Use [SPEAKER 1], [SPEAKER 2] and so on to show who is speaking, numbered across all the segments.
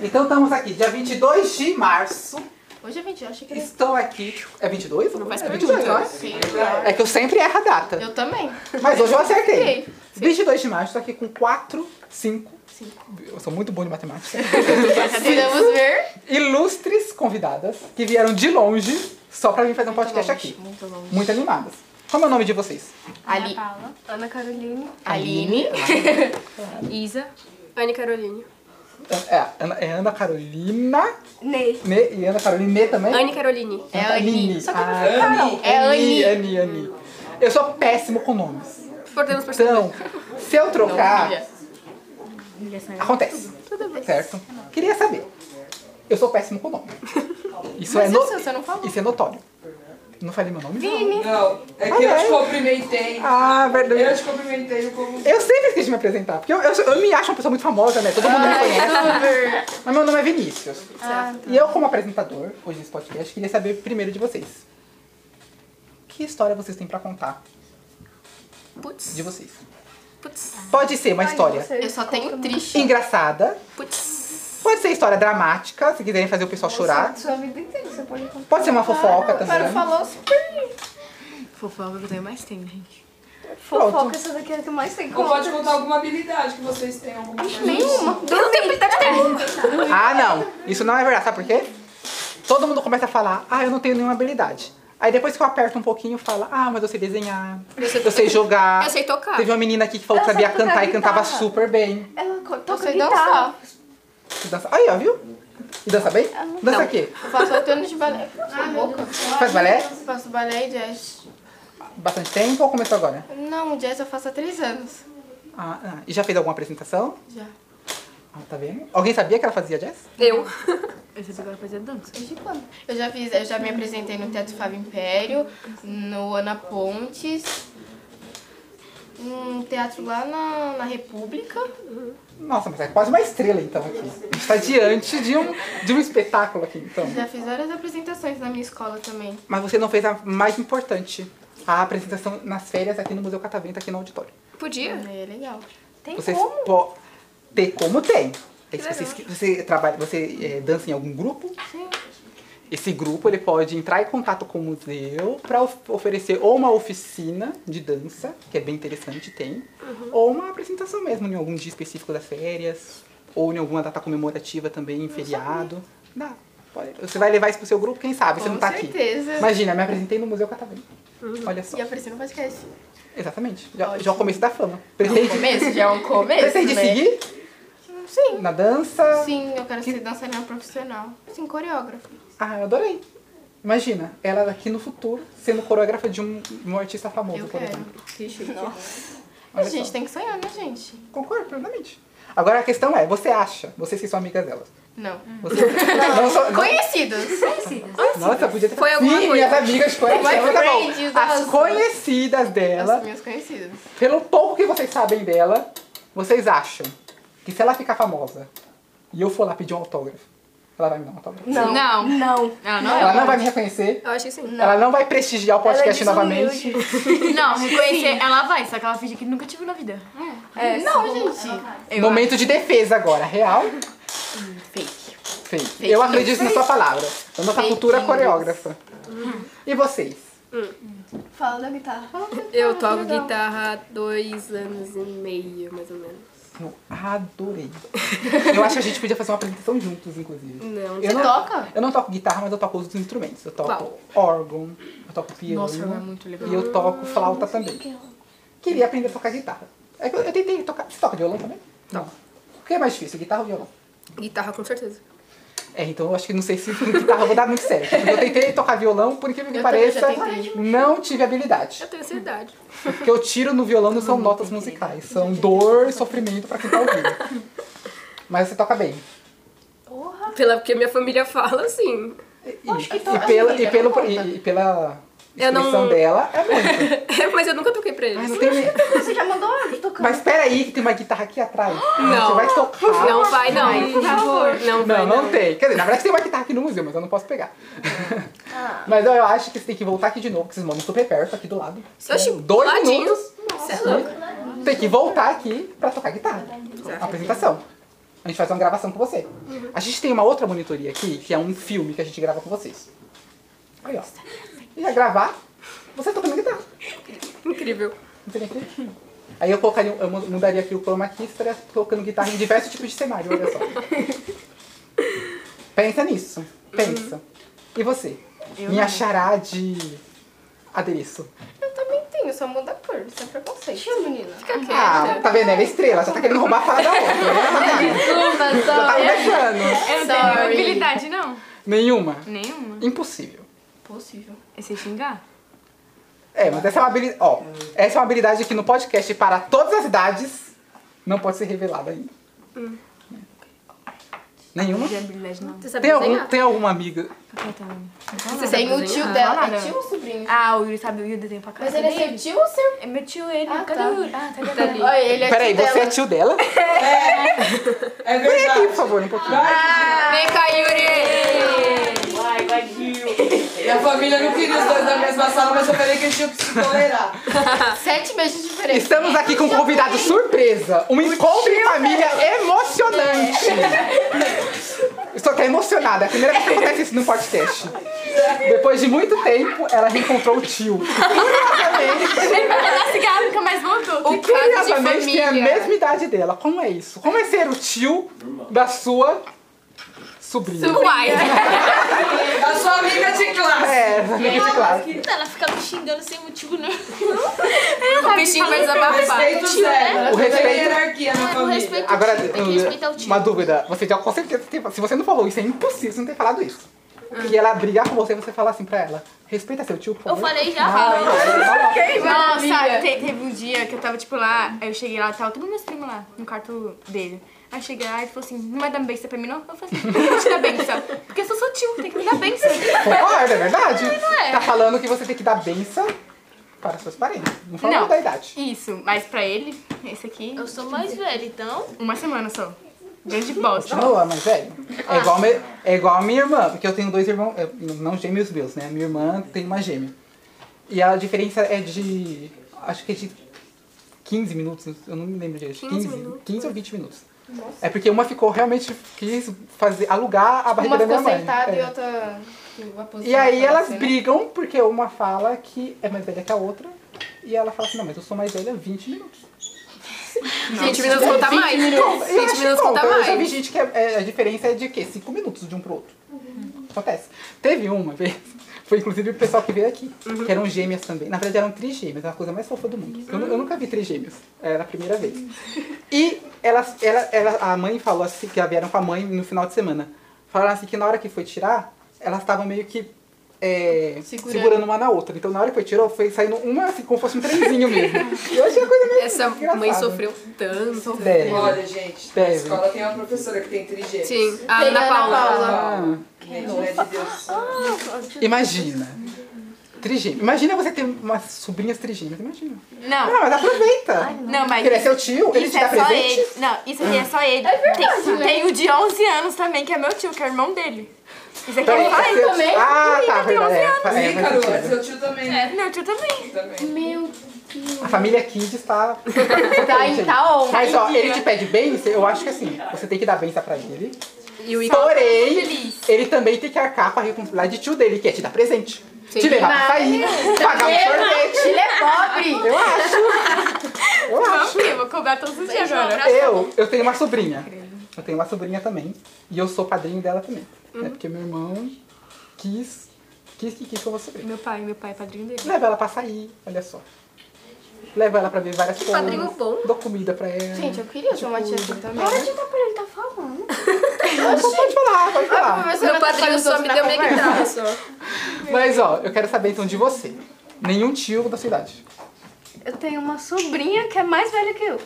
[SPEAKER 1] Então estamos aqui, dia 22 de março.
[SPEAKER 2] Hoje é 20, eu achei que era...
[SPEAKER 1] Estou aqui. É 22?
[SPEAKER 2] Não faz
[SPEAKER 1] é 22, não é?
[SPEAKER 2] perguntas. Sim, claro.
[SPEAKER 1] É que eu sempre erro a data.
[SPEAKER 2] Eu também.
[SPEAKER 1] Mas hoje eu acertei.
[SPEAKER 2] Sim.
[SPEAKER 1] 22 de março, tô aqui com 4, 5.
[SPEAKER 2] Cinco.
[SPEAKER 1] Eu sou muito bom de matemática.
[SPEAKER 2] Vamos ver.
[SPEAKER 1] Ilustres convidadas que vieram de longe só pra vir fazer um podcast
[SPEAKER 2] longe,
[SPEAKER 1] aqui.
[SPEAKER 2] muito longe.
[SPEAKER 1] Muito animadas. Como é o nome de vocês?
[SPEAKER 2] Ali.
[SPEAKER 3] Paula. Ana Caroline.
[SPEAKER 2] Aline.
[SPEAKER 3] Isa. Anne Caroline.
[SPEAKER 1] É, Ana- é Ana Carolina
[SPEAKER 3] Ney.
[SPEAKER 1] né? e Ana Carolina né, também?
[SPEAKER 3] Anne Caroline.
[SPEAKER 2] É a Aline.
[SPEAKER 1] Só que não
[SPEAKER 2] É
[SPEAKER 1] Anne,
[SPEAKER 2] Anne.
[SPEAKER 1] Anne, Anne. Eu sou péssimo com nomes.
[SPEAKER 3] Podemos perceber.
[SPEAKER 1] Então, se eu trocar,
[SPEAKER 2] Olha,
[SPEAKER 1] acontece. Tudo bem. Certo? Queria saber. Eu sou péssimo com nome. Isso
[SPEAKER 2] Mas
[SPEAKER 1] é no-
[SPEAKER 2] isso você não falou.
[SPEAKER 1] Isso é notório. Não falei meu nome?
[SPEAKER 4] Não, é que eu te cumprimentei.
[SPEAKER 1] Ah, verdade.
[SPEAKER 4] Eu te cumprimentei no como.
[SPEAKER 1] Eu sempre esqueci de me apresentar, porque eu, eu, eu me acho uma pessoa muito famosa, né? Todo mundo me conhece. Mas meu nome é Vinícius. E eu, como apresentador, hoje nesse podcast, queria saber primeiro de vocês. Que história vocês têm pra contar
[SPEAKER 2] Putz.
[SPEAKER 1] de vocês?
[SPEAKER 2] Putz.
[SPEAKER 1] Pode ser uma história
[SPEAKER 2] Eu só tenho triste.
[SPEAKER 1] engraçada,
[SPEAKER 2] Putz.
[SPEAKER 1] pode ser história dramática, se quiserem fazer o pessoal chorar.
[SPEAKER 3] Sua vida inteira você pode contar.
[SPEAKER 1] Pode ser uma fofoca também.
[SPEAKER 3] falar super.
[SPEAKER 2] Fofoca que eu tenho mais tempo, gente.
[SPEAKER 1] Pronto.
[SPEAKER 3] Fofoca, essa daqui é a que mais tem
[SPEAKER 4] Ou pode contar alguma habilidade que vocês têm, alguma coisa.
[SPEAKER 3] Nenhuma. Não tem habilidade nenhuma.
[SPEAKER 1] Ah, não. Isso não é verdade, sabe por quê? Todo mundo começa a falar, ah, eu não tenho nenhuma habilidade. Aí depois que eu aperto um pouquinho, fala, ah, mas eu sei desenhar, eu sei jogar.
[SPEAKER 2] Eu sei tocar.
[SPEAKER 1] Teve uma menina aqui que falou que
[SPEAKER 3] Eu sei
[SPEAKER 1] sabia
[SPEAKER 3] tocar
[SPEAKER 1] cantar e cantava
[SPEAKER 3] guitarra.
[SPEAKER 1] super bem.
[SPEAKER 3] Ela co-
[SPEAKER 2] Eu
[SPEAKER 3] toca
[SPEAKER 2] sei
[SPEAKER 3] guitarra.
[SPEAKER 2] dançar.
[SPEAKER 1] E Dança... Aí, ó, viu? E dança bem? Dança o quê?
[SPEAKER 2] Eu faço oito anos de balé. Sua boca.
[SPEAKER 1] Faz balé?
[SPEAKER 2] Eu faço balé e jazz.
[SPEAKER 1] Bastante tempo ou começou agora?
[SPEAKER 2] Não, jazz eu faço há três anos.
[SPEAKER 1] Ah, ah, e já fez alguma apresentação?
[SPEAKER 2] Já.
[SPEAKER 1] Ah, tá vendo? Alguém sabia que ela fazia jazz?
[SPEAKER 3] Eu.
[SPEAKER 2] Desde quando? Eu já fiz, eu já me apresentei no Teatro Fábio Império, no Ana Pontes, um teatro lá na, na República.
[SPEAKER 1] Nossa, mas é quase uma estrela então aqui. A gente tá diante de um, de um espetáculo aqui, então.
[SPEAKER 2] Já fiz várias apresentações na minha escola também.
[SPEAKER 1] Mas você não fez a mais importante. A apresentação nas férias aqui no Museu Catavento, aqui no auditório.
[SPEAKER 3] Podia.
[SPEAKER 2] É legal.
[SPEAKER 3] Tem
[SPEAKER 1] Vocês
[SPEAKER 3] como?
[SPEAKER 1] po- Tem como tem. É que Vocês, você trabalha, você eh, dança em algum grupo?
[SPEAKER 2] Sim.
[SPEAKER 1] Esse grupo ele pode entrar em contato com o museu para oferecer ou uma oficina de dança, que é bem interessante, tem,
[SPEAKER 2] Uhum.
[SPEAKER 1] ou uma apresentação mesmo em algum dia específico das férias, ou em alguma data comemorativa também, em feriado. Dá. Pode. Você vai levar isso pro seu grupo, quem sabe? você
[SPEAKER 2] Com
[SPEAKER 1] não tá
[SPEAKER 2] certeza. Uhum.
[SPEAKER 1] aqui. Imagina, me apresentei no Museu Catavento. Olha só.
[SPEAKER 2] E apareci no podcast.
[SPEAKER 1] Exatamente. Já, já é o começo da fama. Pretende,
[SPEAKER 2] Começo? Já é um começo,
[SPEAKER 1] pretende
[SPEAKER 2] né?
[SPEAKER 1] seguir
[SPEAKER 2] Sim.
[SPEAKER 1] na dança?
[SPEAKER 2] Sim, eu quero ser dançarina profissional. Sim, coreógrafa.
[SPEAKER 1] Ah, eu adorei. Imagina, ela aqui no futuro sendo coreógrafa de um, um artista famoso,
[SPEAKER 2] Eu
[SPEAKER 1] por
[SPEAKER 2] quero.
[SPEAKER 1] exemplo.
[SPEAKER 2] Que chique.
[SPEAKER 1] Olha
[SPEAKER 2] A gente
[SPEAKER 1] só.
[SPEAKER 2] tem que sonhar, né, gente?
[SPEAKER 1] Concordo plenamente. Agora a questão é, você acha, vocês que são amigas delas.
[SPEAKER 2] Não.
[SPEAKER 1] Você... não, só-
[SPEAKER 2] Conhecidos.
[SPEAKER 1] nossa, podia ter
[SPEAKER 3] Foi alguma
[SPEAKER 1] Sim,
[SPEAKER 3] coisa.
[SPEAKER 1] minhas amigas conhecidas.
[SPEAKER 2] My
[SPEAKER 1] Tá bom.
[SPEAKER 2] friends,
[SPEAKER 1] As
[SPEAKER 2] nossa.
[SPEAKER 1] conhecidas dela,
[SPEAKER 2] As minhas conhecidas.
[SPEAKER 1] pelo pouco que vocês sabem dela, vocês acham que se ela ficar famosa e eu for lá pedir um autógrafo, ela vai me dar um autógrafo?
[SPEAKER 3] Não.
[SPEAKER 2] Não.
[SPEAKER 3] Não.
[SPEAKER 2] Não,
[SPEAKER 1] Ela não vai me reconhecer.
[SPEAKER 3] Eu acho que sim.
[SPEAKER 1] Ela não vai prestigiar o podcast
[SPEAKER 3] Ela é
[SPEAKER 1] novamente.
[SPEAKER 3] desumilde.
[SPEAKER 5] Não, reconhecer, ela vai, só que ela finge que nunca tive na vida.
[SPEAKER 3] É,
[SPEAKER 2] Não,
[SPEAKER 3] sim.
[SPEAKER 2] gente.
[SPEAKER 5] Eu
[SPEAKER 1] Momento de defesa agora, real?
[SPEAKER 2] Fake.
[SPEAKER 1] Fake. Eu acredito na sua palavra. Eu não sou
[SPEAKER 2] Fake
[SPEAKER 1] futura
[SPEAKER 2] news.
[SPEAKER 1] coreógrafa. E vocês?
[SPEAKER 3] Fala da guitarra.
[SPEAKER 6] Eu toco guitarra há dois anos e meio, mais ou menos.
[SPEAKER 1] Eu adorei. Eu acho que a gente podia fazer uma apresentação juntos, inclusive.
[SPEAKER 6] Não,
[SPEAKER 1] Eu não,
[SPEAKER 2] Toca?
[SPEAKER 1] eu não toco guitarra, mas eu toco outros instrumentos. Eu toco órgão, eu toco piano.
[SPEAKER 2] Nossa, ela é muito legal.
[SPEAKER 1] E eu toco flauta também. Queria aprender a tocar guitarra. É que Eu, eu tentei tocar. Você toca violão também? Não. O que é mais difícil, guitarra ou violão?
[SPEAKER 6] guitarra com certeza.
[SPEAKER 1] É, então eu acho que não sei se guitarra eu vou dar muito certo. Porque eu tentei tocar violão, por incrível que
[SPEAKER 2] Eu também já
[SPEAKER 1] pareça,
[SPEAKER 2] tentei.
[SPEAKER 1] não tive habilidade.
[SPEAKER 6] Eu tenho essa idade.
[SPEAKER 1] Porque eu tiro no violão não são notas musicais, são dor e sofrimento pra quem tá ouvindo. Mas você toca bem.
[SPEAKER 6] Pela porque minha família fala assim.
[SPEAKER 1] E,
[SPEAKER 2] Acho é que
[SPEAKER 1] e
[SPEAKER 2] toca
[SPEAKER 1] pela,
[SPEAKER 2] bem,
[SPEAKER 1] e, pelo,
[SPEAKER 2] não
[SPEAKER 1] e, e pela
[SPEAKER 6] Eu não-
[SPEAKER 1] expressão dela é muito.
[SPEAKER 6] Mas eu nunca toquei pra
[SPEAKER 1] Ai,
[SPEAKER 6] eles.
[SPEAKER 1] não tem nem-
[SPEAKER 3] Você já mandou ela tocando.
[SPEAKER 1] Mas peraí, que tem uma guitarra aqui atrás. Você
[SPEAKER 6] Não.
[SPEAKER 1] vai tocar.
[SPEAKER 6] Não vai, não. Por favor. Não vai, né?
[SPEAKER 1] Não,
[SPEAKER 6] não.
[SPEAKER 1] não tem. Quer dizer, na verdade tem uma guitarra aqui no museu, mas eu não posso pegar.
[SPEAKER 6] Ah.
[SPEAKER 1] Mas eu acho que você tem que voltar aqui de novo, que vocês mandam super perto aqui do lado.
[SPEAKER 6] Oxi,
[SPEAKER 1] Dois
[SPEAKER 6] ladinho.
[SPEAKER 1] minutos.
[SPEAKER 6] Você é louco.
[SPEAKER 1] Tem que voltar aqui pra tocar guitarra. A apresentação. A gente faz uma gravação com você.
[SPEAKER 6] Uhum.
[SPEAKER 1] A gente tem uma outra monitoria aqui, que é um filme que a gente grava com vocês. Aí, ó. Ia gravar, você tocando guitarra.
[SPEAKER 6] Incrível.
[SPEAKER 1] Não tem aqui? Aí eu colocaria, eu mu- mudaria aqui o chroma key, estaria colocando guitarra em diversos tipos de cenário, olha só. Pensa nisso. Pensa. E você? Me achará de adereço.
[SPEAKER 2] Eu também tenho, só muda a cor, isso é preconceito.
[SPEAKER 3] Tio, menina.
[SPEAKER 1] Ah, tá vendo? Ela é estrela, já tá querendo roubar a fala da outra.
[SPEAKER 5] Desculpa,
[SPEAKER 1] Já
[SPEAKER 5] só.
[SPEAKER 1] tá começando.
[SPEAKER 5] Eu não tenho nenhuma habilidade, não.
[SPEAKER 1] Nenhuma?
[SPEAKER 5] Nenhuma.
[SPEAKER 1] Impossível.
[SPEAKER 2] Possível.
[SPEAKER 5] É sem xingar?
[SPEAKER 1] É, mas essa é uma habilidade. Ó, essa é uma habilidade que no podcast para todas as idades não pode ser revelada ainda. Nenhuma?
[SPEAKER 5] De habilidade, É não.
[SPEAKER 6] Você sabe
[SPEAKER 1] Tem, algum,
[SPEAKER 5] um.
[SPEAKER 6] desenhar?
[SPEAKER 1] tem alguma amiga?
[SPEAKER 5] Você
[SPEAKER 2] Tem o tio dela, é
[SPEAKER 5] nada.
[SPEAKER 2] tio ou sobrinho?
[SPEAKER 5] Ah, o Yuri sabe, o Yuri desenha pra
[SPEAKER 2] Mas
[SPEAKER 5] caralho.
[SPEAKER 2] ele é seu tio ou seu...
[SPEAKER 5] É meu tio, ele.
[SPEAKER 2] Ah,
[SPEAKER 5] Cadê
[SPEAKER 2] tá.
[SPEAKER 5] o Yuri? Ah, tá ali.
[SPEAKER 6] Tá ali.
[SPEAKER 2] Olha, ele é
[SPEAKER 1] Peraí,
[SPEAKER 2] tio
[SPEAKER 1] você é
[SPEAKER 2] dela.
[SPEAKER 1] tio dela? Vem
[SPEAKER 4] É
[SPEAKER 1] aqui, por
[SPEAKER 4] verdade.
[SPEAKER 1] favor, um pouquinho.
[SPEAKER 4] Vai,
[SPEAKER 5] Vem cá, Yuri!
[SPEAKER 4] Gil. Minha família não queria os dois na mesma sala, mas eu falei que eles tinham que se tolerar.
[SPEAKER 2] Sete meses de diferença.
[SPEAKER 1] Estamos aqui com um convidado surpresa. Um encontro em família emocionante. Estou até emocionada. É a primeira vez que acontece isso no podcast. Depois de muito tempo, ela reencontrou o tio. Curiosamente,
[SPEAKER 5] Ele vai dar cigarro, nunca mais voltou.
[SPEAKER 6] O caso de
[SPEAKER 1] curiosamente tem a
[SPEAKER 6] família.
[SPEAKER 1] mesma idade dela. Como é isso? Como é ser o tio da sua sobrinha?
[SPEAKER 6] Uai.
[SPEAKER 4] A sua amiga de classe.
[SPEAKER 1] É, amiga de classe.
[SPEAKER 7] Ela fica me xingando sem motivo nenhum.
[SPEAKER 5] um
[SPEAKER 6] O bichinho vai desabafar.
[SPEAKER 4] Respeito zero.
[SPEAKER 1] O respeito-
[SPEAKER 4] Tem hierarquia
[SPEAKER 2] Ah,
[SPEAKER 4] na
[SPEAKER 7] Eu
[SPEAKER 4] família.
[SPEAKER 7] respeito
[SPEAKER 1] Agora,
[SPEAKER 7] o tio, tem que respeitar o tio.
[SPEAKER 1] uma dúvida. Você já com certeza tem- Se você não falou isso, é impossível você não ter falado isso. E ela brigar com você, você fala assim pra ela: respeita seu tio, por
[SPEAKER 7] Ah. Eu
[SPEAKER 1] favor.
[SPEAKER 7] falei já.
[SPEAKER 5] Nossa, te- teve um dia que eu tava, tipo, lá, aí eu cheguei lá, tava todo meus primos lá, no quarto dele. Aí eu cheguei lá e ele falou assim, não vai dar benção pra mim, não? Eu falei assim, eu vou te dar benção. Porque eu sou seu tio, tem que me dar benção.
[SPEAKER 1] Concorda, é verdade?
[SPEAKER 7] é.
[SPEAKER 1] Tá falando que você tem que dar benção para seus parentes. Não falando
[SPEAKER 5] Não.
[SPEAKER 1] da idade.
[SPEAKER 5] Isso, mas pra ele, esse aqui,
[SPEAKER 7] Eu sou mais velha, então.
[SPEAKER 5] uma semana só. Grande bosta.
[SPEAKER 1] Continua, mas velho. É igual, me- é igual a minha irmã, porque eu tenho dois irmãos, é, não gêmeos meus, né? Minha irmã tem uma gêmea. E a diferença é de. Acho que é de 15 minutos, eu não me lembro direito. 15, 15, ou 20 minutos. É porque uma ficou realmente. quis fazer, alugar a barriga
[SPEAKER 2] Uma
[SPEAKER 1] da minha
[SPEAKER 2] ficou
[SPEAKER 1] mãe.
[SPEAKER 2] sentada
[SPEAKER 1] É.
[SPEAKER 2] e outra... uma posição
[SPEAKER 1] E aí
[SPEAKER 2] pra
[SPEAKER 1] elas
[SPEAKER 2] você, né?
[SPEAKER 1] brigam porque uma fala que é mais velha que a outra e ela fala assim, não, mas eu sou mais velha 20 minutos.
[SPEAKER 6] 20 minutos conta mais. 20
[SPEAKER 1] acho que
[SPEAKER 6] minutos conta
[SPEAKER 1] conta. Eu já vi
[SPEAKER 6] mais.
[SPEAKER 1] gente que é- é- a diferença é de quê? Cinco minutos de um pro outro. Acontece. Teve uma vez, foi inclusive o pessoal que veio aqui, que eram gêmeas também. Na verdade eram trigêmeas, uma coisa mais fofa do mundo. Eu, nu- eu nunca vi trigêmeos, era a primeira vez. E elas, ela, ela- a mãe falou assim, que elas vieram com a mãe no final de semana. Falaram assim que na hora que foi tirar, elas estavam meio que é, segurando.
[SPEAKER 2] Segurando.
[SPEAKER 1] uma na outra. Então na hora que foi tirou, foi saindo uma assim, como fosse um trenzinho mesmo. Eu achei a coisa meio
[SPEAKER 6] Essa mãe
[SPEAKER 1] engraçada.
[SPEAKER 6] sofreu tanto.
[SPEAKER 1] Sério.
[SPEAKER 4] Olha, gente, na
[SPEAKER 1] Deve.
[SPEAKER 4] escola tem uma professora que tem trigêmeos.
[SPEAKER 6] Sim, a Ana Paula.
[SPEAKER 1] Ah.
[SPEAKER 4] Gente, não é de Deus.
[SPEAKER 1] Imagina. Trigêmeo. Imagina você ter umas sobrinhas trigêmeas. Imagina.
[SPEAKER 5] Não,
[SPEAKER 1] Não, mas aproveita.
[SPEAKER 5] não, mas...
[SPEAKER 1] Porque ele é seu tio, ele
[SPEAKER 5] Isso
[SPEAKER 1] te dá
[SPEAKER 5] é só
[SPEAKER 1] presente.
[SPEAKER 5] ele. Não, isso aqui é só ele. tem, tem o de 11 anos também, que é meu tio, que é o irmão dele. Isso aqui é só
[SPEAKER 1] é
[SPEAKER 5] ele.
[SPEAKER 1] seu-
[SPEAKER 2] também.
[SPEAKER 1] Ah, tá,
[SPEAKER 5] Ele tem
[SPEAKER 1] verdade.
[SPEAKER 5] 11
[SPEAKER 1] é,
[SPEAKER 5] anos.
[SPEAKER 1] fa- é,
[SPEAKER 4] Sim,
[SPEAKER 1] faz
[SPEAKER 4] Carol,
[SPEAKER 1] sentido.
[SPEAKER 4] seu tio também.
[SPEAKER 6] É.
[SPEAKER 5] É Meu tio também.
[SPEAKER 4] também.
[SPEAKER 2] Meu
[SPEAKER 1] A família Kid está.
[SPEAKER 2] Tá, então.
[SPEAKER 1] Mas ó, ele te pede bênção, eu acho que assim, você tem que dar bênção pra ele.
[SPEAKER 6] E o
[SPEAKER 5] tá
[SPEAKER 1] Porém, ele também tem que arcar com a responsabilidade de tio dele, que é te dar presente. Te levar pra sair, pagar um sorvete.
[SPEAKER 2] Ele é pobre.
[SPEAKER 1] Eu acho. Eu
[SPEAKER 6] é
[SPEAKER 1] acho.
[SPEAKER 5] Vamos, eu vou cobrar todos os dias agora.
[SPEAKER 6] Tá
[SPEAKER 1] Eu, eu tenho uma sobrinha. Eu tenho uma sobrinha também. E eu sou padrinho dela também. É porque meu irmão quis, quis que quis que eu fosse sobrinha.
[SPEAKER 5] Meu pai, meu pai é padrinho dele.
[SPEAKER 1] Leva ela pra sair, olha só. Leva ela pra ver várias coisas.
[SPEAKER 6] padrinho bom.
[SPEAKER 1] Dou comida pra ela.
[SPEAKER 2] Gente, eu queria ter uma tia assim também.
[SPEAKER 3] Para de dar pra ele, tá falando.
[SPEAKER 1] Ah, pode falar, pode falar.
[SPEAKER 2] Professora,
[SPEAKER 6] Meu
[SPEAKER 5] tá
[SPEAKER 6] padrinho só me deu minha guitarra só.
[SPEAKER 1] Mas ó, eu quero saber então de você. Nenhum tio da sua idade.
[SPEAKER 3] Eu tenho uma sobrinha que é mais velha que eu.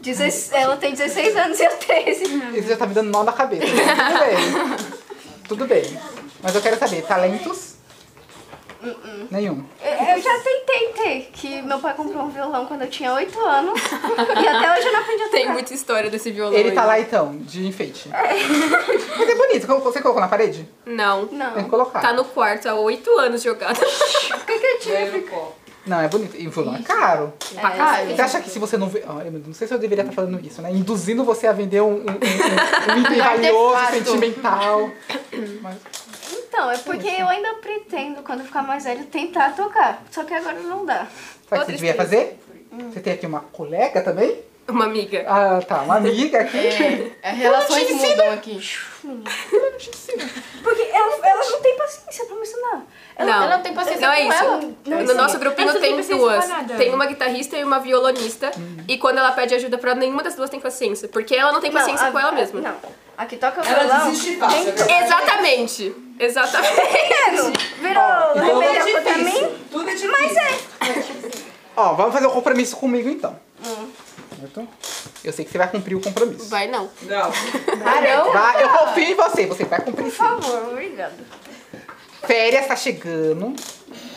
[SPEAKER 3] Dezes- Ela tem 16 anos e eu 13.
[SPEAKER 1] Isso já tá me dando nó na cabeça. Tudo bem. Tudo bem. Mas eu quero saber, talentos? Nenhum.
[SPEAKER 3] É, Eu já tentei ter, que meu pai comprou um violão quando eu tinha 8 anos. e até hoje eu não aprendi a
[SPEAKER 6] Tem
[SPEAKER 3] tocar.
[SPEAKER 6] muita história desse violão.
[SPEAKER 1] Ele tá
[SPEAKER 6] aí.
[SPEAKER 1] lá então, de enfeite. Mas é bonito. Você colocou na parede?
[SPEAKER 6] Não.
[SPEAKER 1] Tem que
[SPEAKER 3] Não.
[SPEAKER 1] colocar.
[SPEAKER 6] Tá no quarto há oito anos jogado.
[SPEAKER 3] O que, que eu tive?
[SPEAKER 4] Velho copo.
[SPEAKER 1] Não, é bonito. E o violão é caro.
[SPEAKER 2] Pra
[SPEAKER 5] É.
[SPEAKER 2] caralho.
[SPEAKER 1] Você acha que se você não... vê- Olha, meu Deus, não sei se eu deveria estar falando isso, né? Induzindo você a vender um, um, um, um item valioso, sentimental. Mas
[SPEAKER 3] Então, é porque eu ainda pretendo, quando eu ficar mais velho, tentar tocar. Só que agora não dá.
[SPEAKER 1] sabe o que você devia fazer? Você tem aqui uma colega também?
[SPEAKER 6] Uma amiga.
[SPEAKER 1] Ah, tá. Uma amiga aqui.
[SPEAKER 2] É, relações mudam aqui.
[SPEAKER 3] Porque ela, ela não tem paciência pra me ensinar.
[SPEAKER 6] não,
[SPEAKER 2] ela não tem paciência
[SPEAKER 6] não é
[SPEAKER 2] com
[SPEAKER 6] isso.
[SPEAKER 2] ela.
[SPEAKER 6] no nosso
[SPEAKER 5] Ela
[SPEAKER 6] grupinho
[SPEAKER 5] não tem
[SPEAKER 6] tem
[SPEAKER 5] paciência
[SPEAKER 6] duas.
[SPEAKER 5] pra nada.
[SPEAKER 6] Tem uma guitarrista e uma violonista. E quando ela pede ajuda pra ela, nenhuma das duas tem paciência. Porque ela não tem paciência
[SPEAKER 3] Não,
[SPEAKER 6] com
[SPEAKER 3] a-
[SPEAKER 6] ela mesma.
[SPEAKER 3] Não. A que toca o
[SPEAKER 4] Ela
[SPEAKER 3] violão.
[SPEAKER 4] desiste fácil. né?
[SPEAKER 6] Exatamente. Exatamente.
[SPEAKER 3] Virou
[SPEAKER 4] Tudo é
[SPEAKER 3] rebelião contra mim?
[SPEAKER 4] difícil. Tudo é difícil. Mas é.
[SPEAKER 1] Ó, vamos fazer um compromisso comigo então.
[SPEAKER 6] Hum.
[SPEAKER 1] Certo? Eu sei que você vai cumprir o compromisso.
[SPEAKER 6] Vai não.
[SPEAKER 4] Não.
[SPEAKER 2] Caramba!
[SPEAKER 1] Vai, Tá? eu confio em você, você vai cumprir
[SPEAKER 3] Por
[SPEAKER 1] sim.
[SPEAKER 3] favor, obrigado.
[SPEAKER 1] Férias tá chegando.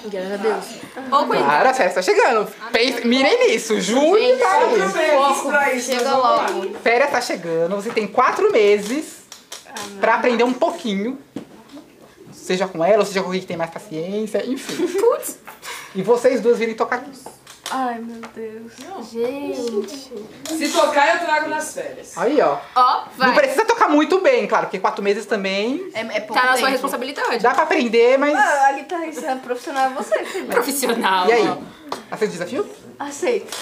[SPEAKER 6] Graças a Deus. Ou com
[SPEAKER 1] Claro, as férias tá chegando. Pense, mirem nisso, junho tá aí.
[SPEAKER 4] Tudo bem, isso pra isso.
[SPEAKER 2] Chega
[SPEAKER 4] mas vamos lá.
[SPEAKER 2] logo.
[SPEAKER 1] Férias tá chegando, você tem quatro meses pra aprender um pouquinho. Seja com ela, ou seja com alguém que tem mais paciência, enfim. E vocês duas virem tocar aqui.
[SPEAKER 3] Ai, meu Deus.
[SPEAKER 4] Se tocar, eu trago nas férias.
[SPEAKER 1] Aí, ó.
[SPEAKER 6] Ó,
[SPEAKER 1] Não
[SPEAKER 6] vai.
[SPEAKER 1] precisa tocar muito bem, claro, porque quatro meses também
[SPEAKER 2] É, é pouco
[SPEAKER 6] Tá na sua
[SPEAKER 2] tempo.
[SPEAKER 6] responsabilidade.
[SPEAKER 1] dá pra aprender, mas.
[SPEAKER 3] Ah, a guitarrista profissional é você, filho.
[SPEAKER 6] Profissional.
[SPEAKER 1] E aí? Aceita o desafio?
[SPEAKER 3] Aceito.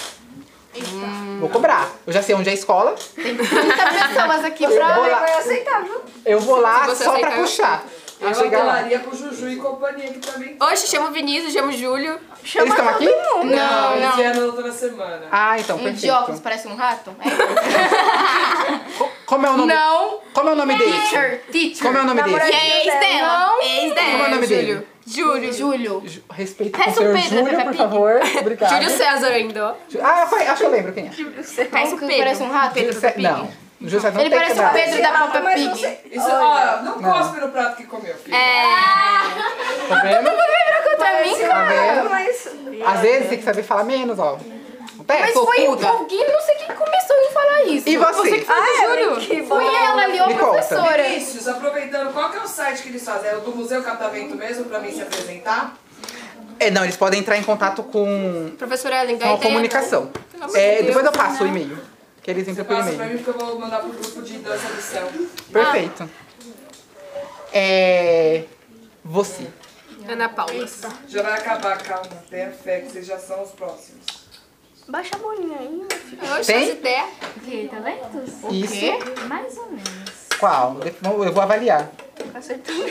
[SPEAKER 1] Vou cobrar. Eu já sei onde é a escola.
[SPEAKER 2] Tem 30 pessoas aqui
[SPEAKER 1] Eu
[SPEAKER 2] pra...
[SPEAKER 1] vou lá,
[SPEAKER 3] Vai aceitar, viu?
[SPEAKER 1] eu vou lá
[SPEAKER 6] Se você
[SPEAKER 1] só pra
[SPEAKER 6] aceitar, eu
[SPEAKER 1] puxar.
[SPEAKER 4] Eu
[SPEAKER 1] Pra chegar lá.
[SPEAKER 4] apelaria pro Juju e companhia que também.
[SPEAKER 6] Hoje chama o Vinícius, chama o Júlio.
[SPEAKER 1] Eles estão aqui?
[SPEAKER 4] Não, não. Esse é na outra semana.
[SPEAKER 1] Ah, então,
[SPEAKER 2] Um de óculos
[SPEAKER 1] perfeito.
[SPEAKER 2] parece um rato? É?
[SPEAKER 1] Como é o nome?
[SPEAKER 2] Não.
[SPEAKER 1] Como é o nome dele?
[SPEAKER 2] Teacher. Teacher.
[SPEAKER 1] Como é o nome dele?
[SPEAKER 6] E é ex dela. Ex dela.
[SPEAKER 1] Como é o nome
[SPEAKER 6] Júlio.
[SPEAKER 1] dele?
[SPEAKER 6] Júlio.
[SPEAKER 2] Júlio.
[SPEAKER 1] Ju- Respeito
[SPEAKER 6] Peça
[SPEAKER 1] o seu
[SPEAKER 6] o Pedro, né,
[SPEAKER 1] Júlio,
[SPEAKER 6] Peppa
[SPEAKER 1] por
[SPEAKER 6] Pig?
[SPEAKER 1] favor. Obrigado.
[SPEAKER 6] Júlio César ainda, ó.
[SPEAKER 1] Ju- Ah, foi, acho que eu lembro quem é.
[SPEAKER 6] Parece o
[SPEAKER 2] que
[SPEAKER 6] Pedro.
[SPEAKER 2] parece um rato?
[SPEAKER 6] Pedro da Pig.
[SPEAKER 1] Não. O Júlio César não
[SPEAKER 2] Ele
[SPEAKER 1] tem
[SPEAKER 2] parece o
[SPEAKER 1] quebrado.
[SPEAKER 2] Pedro da Pampa
[SPEAKER 3] mas
[SPEAKER 2] Pig.
[SPEAKER 3] não sei.
[SPEAKER 4] Isso, ó, não cospe no prato que comeu, filho.
[SPEAKER 6] É.
[SPEAKER 1] Tá vendo? Ah,
[SPEAKER 3] Pra mim,
[SPEAKER 1] cara.
[SPEAKER 3] Mas
[SPEAKER 1] Às vezes tem que saber falar menos, ó. Pé,
[SPEAKER 2] Mas foi um
[SPEAKER 1] tocuda.
[SPEAKER 2] alguém, não sei quem começou a falar isso.
[SPEAKER 1] E você?
[SPEAKER 3] Júlio, que bom.
[SPEAKER 2] Foi ela ali, ó,
[SPEAKER 1] Me conta.
[SPEAKER 2] professora.
[SPEAKER 4] Vinícius, aproveitando, qual que é o site que eles fazem? É o do Museu Catavento mesmo, pra mim se apresentar?
[SPEAKER 1] É, não, eles podem entrar em contato com,
[SPEAKER 6] Professora Ellen
[SPEAKER 1] com a
[SPEAKER 6] Gaeta.
[SPEAKER 1] comunicação.
[SPEAKER 6] amor
[SPEAKER 1] É,
[SPEAKER 6] de
[SPEAKER 1] depois eu passo o e-mail. Que eles entram por
[SPEAKER 4] Passa pra
[SPEAKER 1] e-mail.
[SPEAKER 4] mim porque eu vou mandar pro grupo de dança do céu.
[SPEAKER 1] Perfeito. É. Você.
[SPEAKER 6] Ana Paula.
[SPEAKER 4] Já vai acabar, calma. Tenha fé que vocês já são os próximos.
[SPEAKER 3] Baixa a bolinha aí.
[SPEAKER 6] Oxe,
[SPEAKER 1] Tem?
[SPEAKER 6] as ideias.
[SPEAKER 8] Ok, talentos?
[SPEAKER 1] Isso.
[SPEAKER 8] Mais ou menos.
[SPEAKER 1] Qual? Eu vou avaliar.
[SPEAKER 3] Acertou.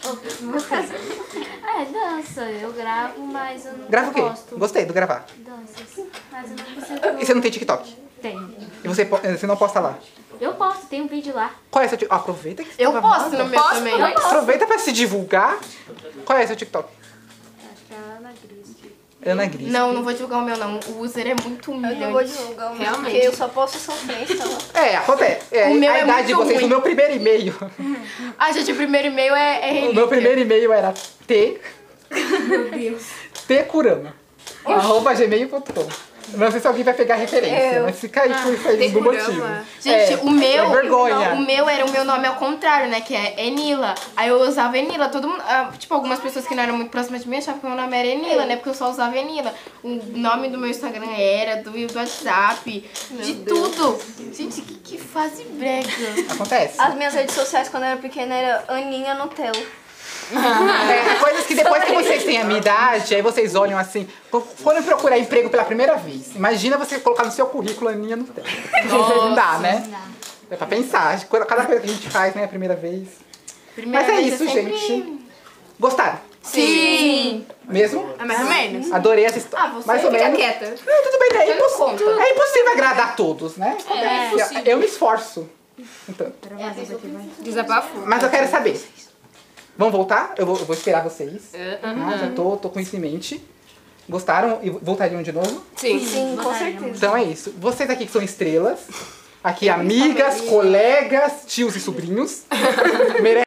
[SPEAKER 8] É, dança. Eu gravo, mas eu não
[SPEAKER 1] Grava o quê?
[SPEAKER 8] gosto.
[SPEAKER 1] Gostei do gravar.
[SPEAKER 8] Danças. Mas eu não consigo.
[SPEAKER 1] E você não tem TikTok?
[SPEAKER 8] Tenho.
[SPEAKER 1] E você, po- eh, você não posta lá?
[SPEAKER 8] Eu posto, tem um vídeo lá.
[SPEAKER 1] Qual é seu TikTok? Aproveita que você
[SPEAKER 2] Eu
[SPEAKER 1] tá
[SPEAKER 2] posso no
[SPEAKER 1] gravando.
[SPEAKER 2] meu também.
[SPEAKER 8] Eu posto.
[SPEAKER 1] Aproveita pra se divulgar. Qual é seu TikTok?
[SPEAKER 8] Acho que é a Ana Gris.
[SPEAKER 1] Ana Gris.
[SPEAKER 2] Não, não vou divulgar o meu, não. O user é muito
[SPEAKER 3] Eu não vou
[SPEAKER 2] humilhante.
[SPEAKER 3] divulgar o meu,
[SPEAKER 6] Realmente.
[SPEAKER 3] porque eu só posso sofrência lá.
[SPEAKER 1] É, acontece. É,
[SPEAKER 2] O meu
[SPEAKER 1] a
[SPEAKER 2] é
[SPEAKER 1] idade de
[SPEAKER 2] muito
[SPEAKER 1] vocês,
[SPEAKER 2] ruim.
[SPEAKER 1] o meu primeiro e-mail.
[SPEAKER 2] Ah, gente, o primeiro e-mail é, é
[SPEAKER 1] O
[SPEAKER 2] relíquia.
[SPEAKER 1] meu primeiro e-mail era T. Meu Deus. T Kurama. Arroba gmail.com. Não sei se alguém vai pegar a referência,
[SPEAKER 3] Eu.
[SPEAKER 1] mas fica aí por
[SPEAKER 6] T
[SPEAKER 1] isso do
[SPEAKER 6] Kurama.
[SPEAKER 1] motivo.
[SPEAKER 2] Gente,
[SPEAKER 1] É,
[SPEAKER 2] o meu.
[SPEAKER 1] é vergonha.
[SPEAKER 2] O meu era o meu nome ao contrário, né? Que é Enila. Aí eu usava Enila. Todo mundo. ah, tipo, algumas pessoas que não eram muito próximas de mim achavam que meu nome era
[SPEAKER 1] É.
[SPEAKER 2] Enila, né? Porque eu só usava Enila. O nome do meu Instagram era, do, do WhatsApp, de tudo. Gente, que, que fase brega.
[SPEAKER 1] Acontece.
[SPEAKER 3] As minhas redes sociais quando eu era pequena era Aninha Nutella.
[SPEAKER 1] É, coisas que depois que vocês têm a minha idade, aí vocês olham assim, quando forem procurar emprego pela primeira vez. Imagina você colocar no seu currículo a minha no tempo. Não dá, né? É pra pensar. Cada coisa que a gente faz, né, a primeira vez.
[SPEAKER 2] Primeira
[SPEAKER 1] Mas é
[SPEAKER 2] vez
[SPEAKER 1] isso,
[SPEAKER 2] sempre-
[SPEAKER 1] gente. Gostaram?
[SPEAKER 6] Sim.
[SPEAKER 1] Mesmo?
[SPEAKER 5] É mais ou menos.
[SPEAKER 1] Adorei essa história.
[SPEAKER 2] Ah, você
[SPEAKER 1] Mais ou
[SPEAKER 6] Fica
[SPEAKER 1] menos.
[SPEAKER 6] quieta.
[SPEAKER 1] Não, tudo bem, né? é,
[SPEAKER 2] Eu não É,
[SPEAKER 1] impossível,
[SPEAKER 2] conto.
[SPEAKER 1] é impossível agradar todos, né? Eu- Eu me esforço. Então,
[SPEAKER 2] É,
[SPEAKER 6] Desabafo.
[SPEAKER 1] mas eu quero saber. Vamos voltar? Eu vou, eu vou esperar vocês.
[SPEAKER 2] Hum.
[SPEAKER 1] Ah, já tô, tô com isso em mente. Gostaram? E voltariam de novo?
[SPEAKER 6] Sim.
[SPEAKER 3] Sim, com certeza.
[SPEAKER 1] Então é isso. Vocês aqui que são estrelas, aqui amigas, colegas, tios e sobrinhos, merecem.